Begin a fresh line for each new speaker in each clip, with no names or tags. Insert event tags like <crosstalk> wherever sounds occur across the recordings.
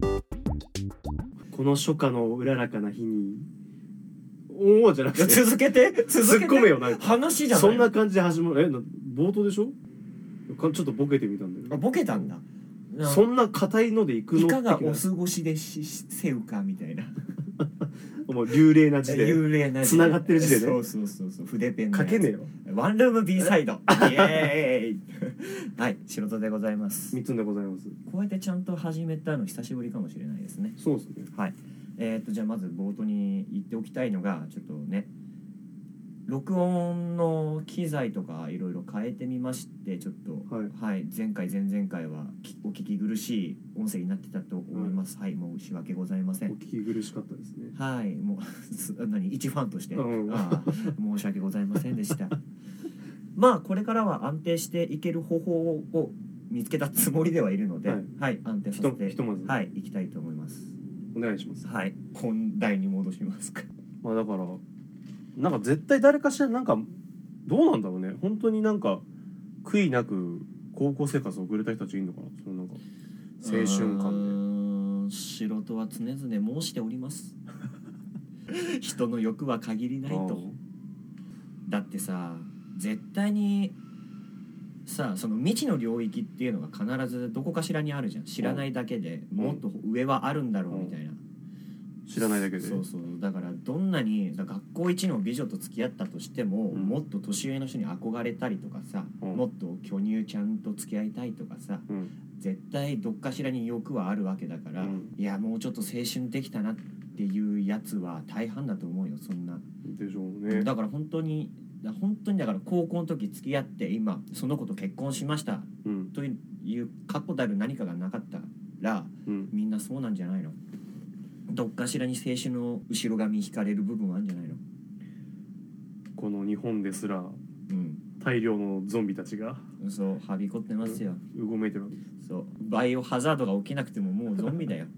この初夏のうららかな日におおじゃなくて突っ
<laughs> 続けて続け
込め
て
よなんか
話じゃない
そんな感じで始まるえな冒頭でしょかちょっとボケてみたんだ
あ
よ
ボケたんだな
そんな硬いので行くの
いかが
的な
お過ごしでしせうかみたいな
もう流麗な字で
幽霊な
繋がってる字でね
そうそうそうそう筆ペンの
書
やつ
けねえよ
ワンルーム B サイ
<laughs>
ドイエーイはい仕事でございます
三つんでございます
こうやってちゃんと始めたの久しぶりかもしれないですね
そうですね
はいえー、とじゃあまず冒頭に言っておきたいのがちょっとね録音の機材とかいろいろ変えてみましてちょっと、
はい
前回前々回はきお聞き苦しい音声になってたと思います、はい、もう申し訳ございませ
お
ん
聞き苦しかったですね
はいもう <laughs> す何一ファンとして、
うん
ああ申し訳ございませんでした <laughs> まあこれからは安定していける方法を見つけたつもりではいるので、は
はいい
安定
ひ
さ
と
せ
ひ
て
とまず
はいいきたいと思います
お願いします
はい本題に戻しますか
まあだからなんか絶対誰かしらなんかどうなんだろうね本当になんか悔いなく高校生活を送れた人たちいるのかなそのなんか <laughs> 青春感
感で素人は常々申しております
<laughs>
人の欲は限りな
で
いとだってさ絶対にさその未知の領域っていうのが必ずどこかしらにあるじゃん知らないだけで、
うん
もっと上はあるんだろうみたいな、
うん知らないだけで
そうそうだからどんなにだから学校一の美女と付き合ったとしても、
うん
もっと年上の人に憧れたりとかさ、
うん
もっと巨乳ちゃんと付き合いたいとかさ
うん
絶対どっかしらに欲はあるわけだから、
うん
いやもうちょっと青春できたなっていうやつは大半だと思うよそんな
でしょうね
だから本当にだ本当にだから高校の時付き合って今その子と結婚しました
うん
という確固たる何かがなかったら
うん
みんなそうなんじゃないのどっかしらに青春の後ろ髪引かれる部分はあるんじゃないの
この日本ですら大量のゾンビたちが
うんそうはびこってますよ、
うごめいてるわけです
そうバイオハザードが起きなくてももうゾンビだよ
っ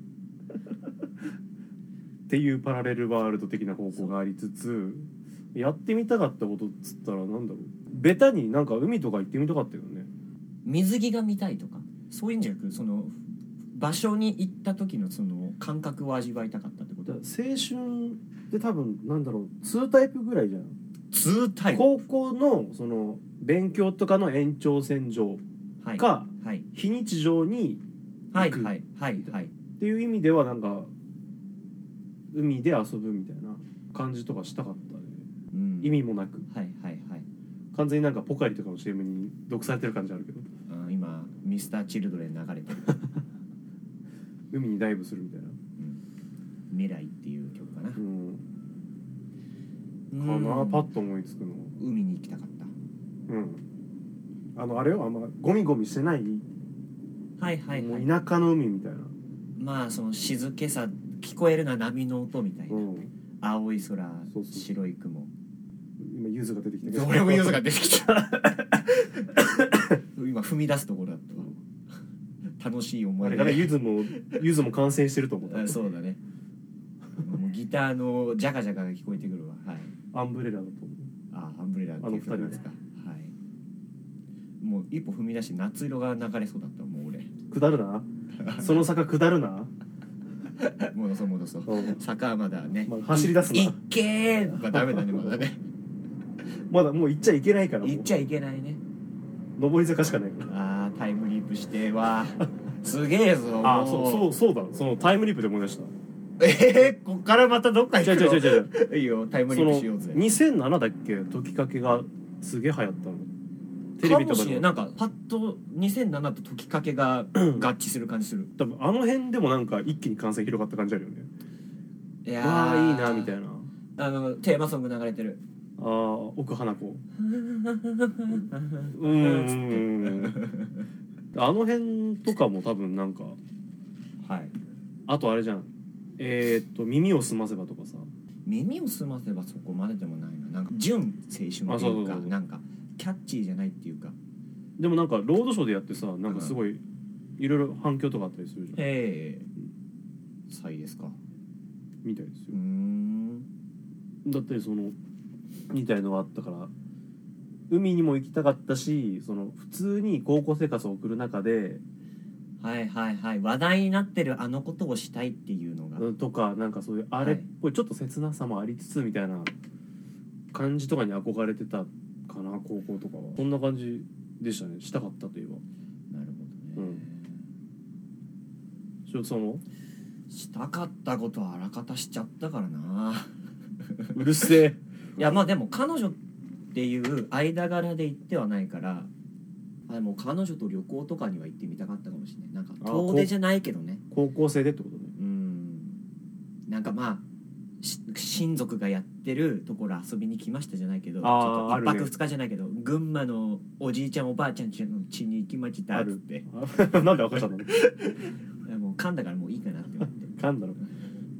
ていうパラレルワールド的な方向がありつつやってみたかったことっつったらなんだろうベタになんか海とか行ってみたかったよね
水着が見たいとかそういうんじゃなくその場所に行った時のその感覚を味わいたかったってこ
だ
と
から青春って多分なんだろう2タイプぐらいじゃん
2タイプ
高校のその勉強とかの延長線上
はい
か、
はい
非日常に
はい
行く
はいはいはい
っていう意味ではなんか海で遊ぶみたいな感じとかしたかったね
うん
意味もなく
はいはいはい
完全になんかポカリとかの CM に毒されてる感じあるけど
あー今ミスターチルドレン流れてる
<laughs> 海にダイブするみたいな
「未来」っていう曲かな
うん
う
か
ん
なパッと思いつくの
海に行きたかった
うんあのあれよあんまゴミゴミしてない、
はいはいはい
もう田舎の海みたいな、
まあその静けさ聞こえるのは波の音みたいな、
うん、
青い空
そうそう
白い雲
今ゆずが出てきたけど
俺もゆずが出てき
<laughs>
た今踏み出すところだった楽しい思
あ
い
れ
出
からゆずもゆずも感染してると思った
あそうだねもうギターのジャカジャカが聞こえてくるわはい
アンブレラだと思
あアンブレラっていう
あ
曲
の二人
ですかはいもう一歩踏み出して夏色が流れそうだったもう俺
う下るなその坂下るな、
戻そう戻そう
うん
坂はまだね、
まあ走り出すない
っけーがダメだねま
<laughs>
だね
まだもう行っちゃいけないからも
行っ
う
ちゃいけないね
上り坂しかないから
あータイムリープしてはすげえぞ
あそうそううそうだそのタイムリープで思い出した
えー、こっからまたどっか
違
行
う
く
違う違う
の
違う
いいよタイムリ
そ
ープ
の
しようぜ
2007だっけ時かけがすげえ流行ったのテレ
か
ビ
も
とか
しれ
でも
んなんかパッと2007と時かけが合致する感じする
多分あの辺でもなんか一気に感染広がった感じあるよね
いや
わあいいなみた
ない
な
あのテーマソング流れてる
あー奥花
<laughs>
子う
うんつって
ーんあの辺とかも多分なんか
はい
あとあれじゃんえー、っと「耳をすませば」とかさ
耳を澄ませばそこまででもないななんか純青春
あ
と
そうそう
い
う
か
そう
なんかキャッチーじゃないっていうか
でもなんかロードショーでやってさなんかすごいいろいろ反響とかあったりするじゃん
ええ才ですか
みたいです
う
よ
ーん
だってそのみたいのがあったから海にも行きたかったしその普通に高校生活を送る中で、
はいはいはい話題になってるあのことをしたいっていうのが、
うんとかなんかそういうあれっぽいちょっと切なさもありつつみたいな感じとかに憧れてたかな高校とかはこんな感じでしたねしたかったといえば
なるほどね、
しょその
したかったことはあらかたしちゃったからな
うるせえ
いやまあでも彼女っていう間柄で行ってはないからあでも彼女と旅行とかには行ってみたかったかもしれないなんか
あ
遠出じゃないけどね
高校生でってことね
うんなんかまあし親族がやってるところ遊びに来ましたじゃないけどちょ
あー
っと
ある
一
ね
泊二日じゃないけど、群馬のおじいちゃんおばあちゃんちの家に行きましたっつって
あ <laughs> なんで赤ちゃんなの
いやもう噛んだからもういいかなって思って
噛んだの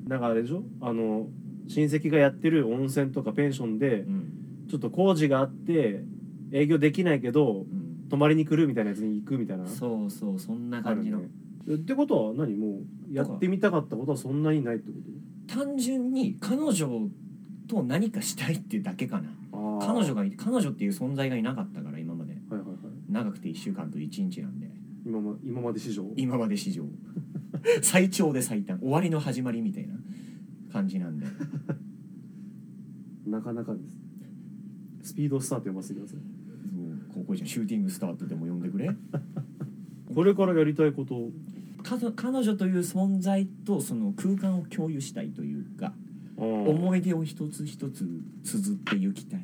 なんかあれでしょあの親戚がやってる温泉とかペンションで
うん
ちょっと工事があって営業できないけど
うん
泊まりに来るみたいなやつに行くみたいな
そうそうそんな感じの、
あるねってことは何もうやってみたかったことはそんなにないってこ
単純に彼女と何かしたいってだけかな
とあー
彼女がい彼女っていう存在がいなかったから今まで
はいはいはい
長くて1週間と1日なんで
今ま今まで史上
今まで
<laughs>
史上最長で最短終わりの始まりみたいな感じなんで
なかなかですスピードスターって呼ばせてください
高校じゃシューティングスタートでも呼んでくれ
これからやりたいこと
彼女彼女という存在とその空間を共有したいというか
を
思い出を一つ一つ綴ってゆきたい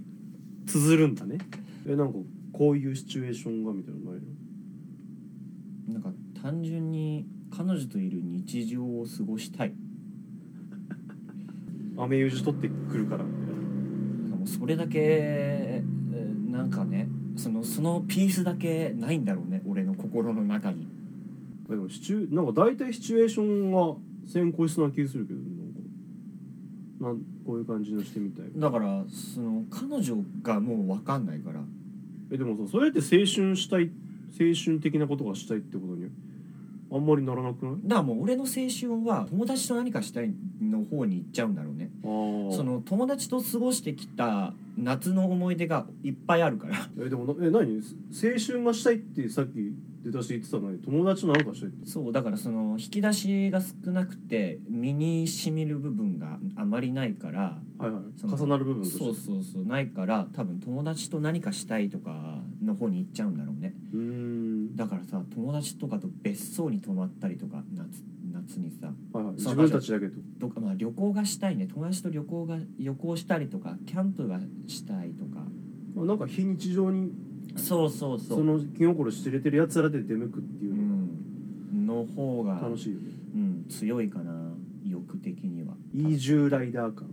綴るんだねえなんかこういうシチュエーションがみたいなのないの
なんか単純に彼女といる日常を過ごしたい
雨ゆじ取ってくるからみたいな
なんかもうそれだけえーなんかねそのそのピースだけないんだろうね俺の心の中に
でもシチュなんか大体シチュエーションが先行しそうな気がするけどねなんかなんこういう感じのしてみたい
だからその彼女がもう分かんないから
えでもさそれって青春したい青春的なことがしたいってことにあんまりならなくない
だからもう俺の青春は友達と何かしたいの方に行っちゃうんだろうね
あー
その友達と過ごしてきた夏の思い出がいっぱいあるから
えでもなえ何す青春がしたいってさっき出だし言ってたのに友達と何かしたいって
そうだからその引き出しが少なくて身にしみる部分があまりないから
はいはい
その
重なる部分として
そうそうそうないから多分友達と何かしたいとかの方に行っちゃうんだろうね
うーん
だからさ友達とかと別荘に泊まったりとか夏夏にさ
はいはい
そ
自
う
分たちだけと
とか、まあ、旅行がしたいね友達と旅行が旅行したりとかキャンプがしたいとか
あなんか非日常に
そうそうそう
その気心知れてるやつらで出向くっていううの
ん、の方が
が、楽しいよね、
うん、強いかな欲的には。
イージューライダー感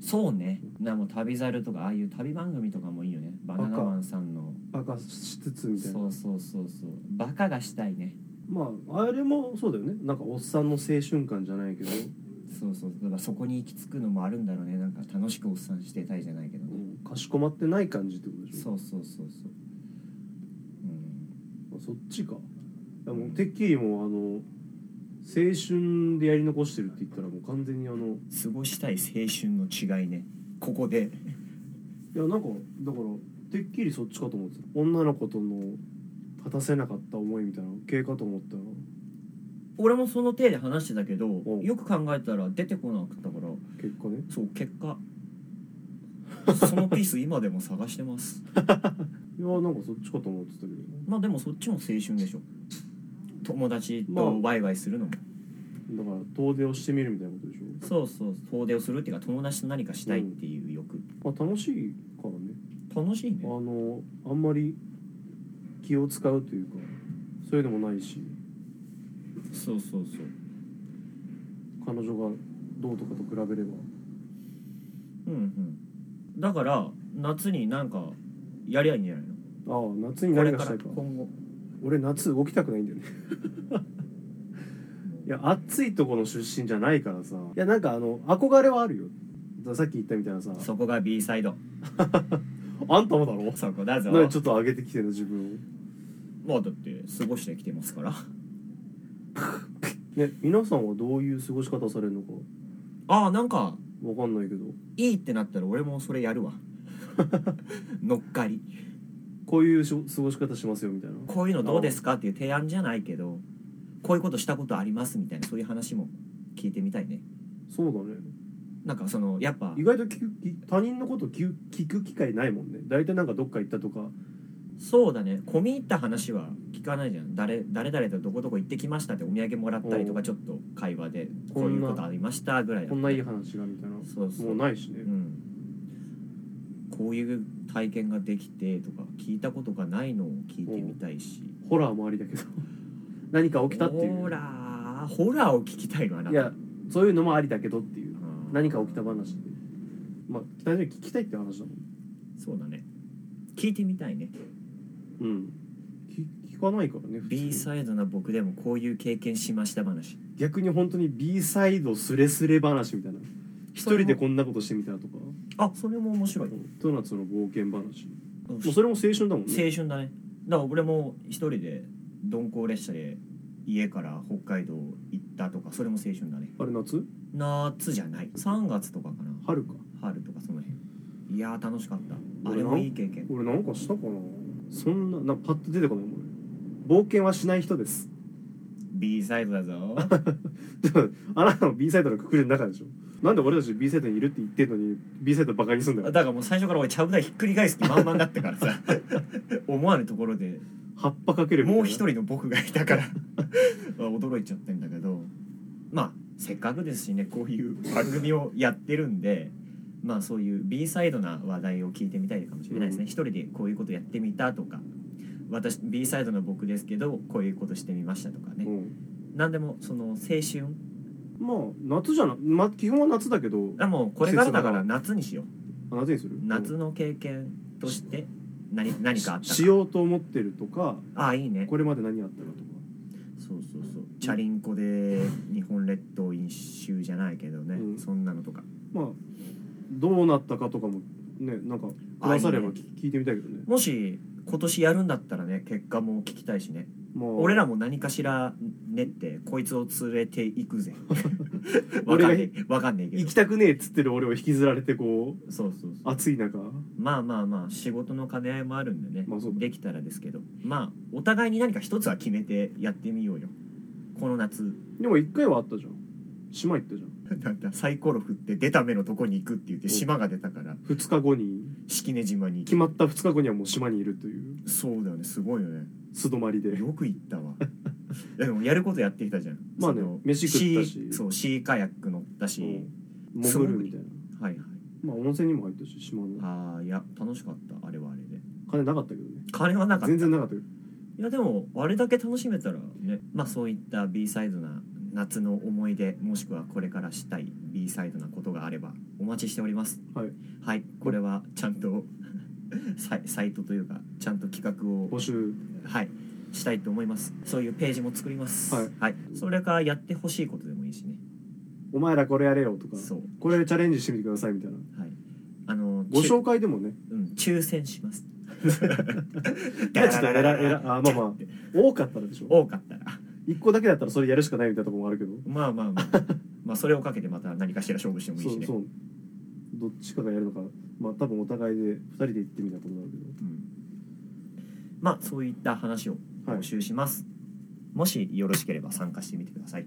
そうねなもう旅猿とかああいう旅番組とかもいいよねバナナマンさんの
バカしつつみたいな
そうそうそうそうバカがしたいね
まああれもそうだよねなんかおっさんの青春感じゃないけど、
そうそうだからそこに行き着くのもあるんだろうねなんか楽しくおっさんしてたいじゃないけど、
うんかしこまってない感じってことでしょ
そうそうそうそう
あそっちかいやもうてっきりもうあの青春でやり残してるって言ったらもう完全にあの
うん過ごしたい青春の違いねここで
いやなんかだからてっきりそっちかと思ってた女の子との果たせなかった思いみたいな系かと思ったら
俺もその手で話してたけど
お
よく考えたら出てこなかったから
結果ね
そう結果そのピース今でも探してます
いやなんかそっちかと思ってたけど
まあでもそっちも青春でしょ友達とワイワイするのも、
だから遠出をしてみるみたいなことでしょ
そうそう遠出をするっていうか友達と何かしたいっていう欲、
まあ楽しいからね
楽しいね
あのあんまり気を使うというかそういうのもないし
そうそうそう
彼女がどうとかと比べれば
うんうんだから夏になんかやりゃいいんじゃないの
ああ夏に
こ
何
れ
が
か
した
ら
いか
今後
俺夏動きたくないんだよねいや暑いとこの出身じゃないからさいやなんかあの憧れはあるよださっき言ったみたいなさ
そこが B サイド
あんたもだろ
そこだぞ
なんかちょっと上げてきてるの自分
もうだって過ごしてきてますから
をね皆さんはどういう過ごし方されるのか
ああなんか
わかんないけど
いいってなったら俺もそれやるわ <laughs> 乗っかり
こういうし過ごし方しますよみたいな
こういうのどうですかっていう提案じゃないけどこういうことしたことありますみたいなそういう話も聞いてみたいね
そうだね
なんかそのやっぱ
意外と聞く聞他人のこと聞く聞く機会ないもんね大体なんかどっか行ったとか
そうだね込み入った話は聞かないじゃん誰誰々とどこどこ行ってきましたってお土産もらったりと
お
か
う
ちょっと会話で
こんな
こういうことありましたぐらいだ
こんないい話がみたいな
そうそう
もうないしね
うん、こういう体験ができてとか聞いたことがないのを聞いてみたいし
ホラーもありだけど <laughs> 何か起きたっていう
ホラーホラーを聞きたいのあなた
いやそういうのもありだけどっていう
うん
何か起きた話でまあ大体聞きたいって話だもん
そうだね聞いてみたいね
うん聞聞かないからね普通
B サイドな僕でもこういう経験しました話
逆に本当に B サイドスレスレ話みたいな一人でこんなことしてみたとか
あそれも面白い
ドーナツの冒険話
うん
もうそれも青春だもんね
青春だねだから俺も一人で鈍行列車で家から北海道行ったとかそれも青春だね
あれ夏
夏じゃない3月とかかな
春か
春とかその辺いやー楽しかったあれもいい経験
俺なんかしたかなそんななパッと出てこないもん俺冒険はしない人です
B サイドだぞ
<laughs> あなたの B サイドのくくりの中でしょなんで俺たち B サイドにいるって言ってんのに B サイドバカにすんだ
だ
よ
からもう最初から俺ちゃぶ台ひっくり返す気満々だったからさ思わぬところで
葉っぱかけるみたいな
もう一人の僕がいたから
<laughs>
驚いちゃってんだけどまあせっかくですしねこういう番組をやってるんでまあそういう B サイドな話題を聞いてみたいかもしれないですね、
うん
一人でこういうことやってみたとか私 B サイドの僕ですけどこういうことしてみましたとかね、
うん
何でもその青春
まあ夏じゃな、まあ、基本は夏だけど
あもうこれからだから
季節
夏にしよう
あ夏にする
夏
うん
の経験として何何かあった
しし
か
ようと思ってるとか
ああいいね
これまで何あったかとか
そうそうそうチャリンコで日本列島一周じゃないけどね、
うん
そんなのとか
まあどうなったかとかもねなんかくだされば聞聞いてみたいけどね
もし今年やるんだったらね結果も聞きたいしね
まあ
俺らも何かしら練ってこいつを連れて
<laughs>
行くぜわ
俺
か
が
んねえわかんねえけ
行
ど
きたくねえっつってる俺を引きずられてこう
そうそうそう
暑い中
まあまあまあ仕事の兼ね合いもあるんでね、
まあそうだ
できたらですけどまあお互いに何か一つは決めてやってみようよこ
<laughs>
の夏
でも一回はあったじゃん島行ったじゃん
なんだサイコロ振って出た目のとこに行くって言って島が出たから
2日後に
式根島に
決
行
まった2日後にはもう島にいるという
くそうだよねすごいよね
素泊まりで
よく行ったわいやでもやることやってきたじゃん
まあね
その
飯食ったし
シーそうシーカヤック乗ったし、
うん潜るみたいな
はいはい
まあ温泉にも入ったし島の
ああいや楽しかったあれはあれで
金なかったけどね
金はなかった
全然なかったけど
いやでもあれだけ楽しめたらねまあそういった B サイドな夏の思い出もしくはこれからしたい B サイドなことがあればお待ちしております
はい、
はい、これはちゃんと <laughs> サイサイトというかちゃんと企画を
募集
はいしたいと思いますそういうページも作ります
はい、
それかやってほしいことでもいいしね
お前らこれやれよとか
そう
これチャレンジしてみてくださいみたいな <laughs>
はいあの
ご
ちゅ
紹介でもね
うん、抽選し
<laughs>
ます
ちょっと偉い偉いあまあまあ多かったらでしょ
多かったら
1個だけだったらそれやるしかないみたいなとこもあるけど
まあまあまあ <laughs> まあそれをかけてまた何かしら勝負してもいい
そ
し
う
ね
そうどっちかがやるのかまあ多分お互いで2人で行ってみたいなことになる
うんまあそういった話を
けどは
募
い
集します、もしよろしければ参加してみてください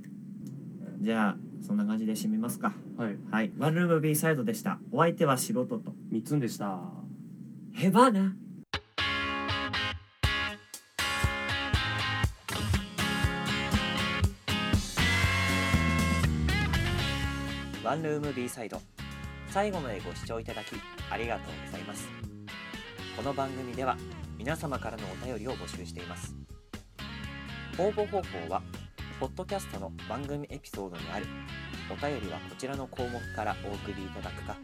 じゃあそんな感じで締めますか
はい
はいワンルーム B サイドでしたお相手は素人と
3つんでした
ヘバナワンルーム B サイド最後までご視聴いただきありがとうございますこの番組では皆様からのお便りを募集しています応募方法はポッドキャストの番組エピソードにあるお便りはこちらの項目からお送りいただくか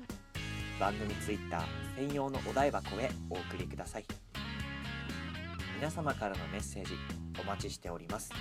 番組ツイッター専用のお台箱へお送りください皆様からのメッセージお待ちしております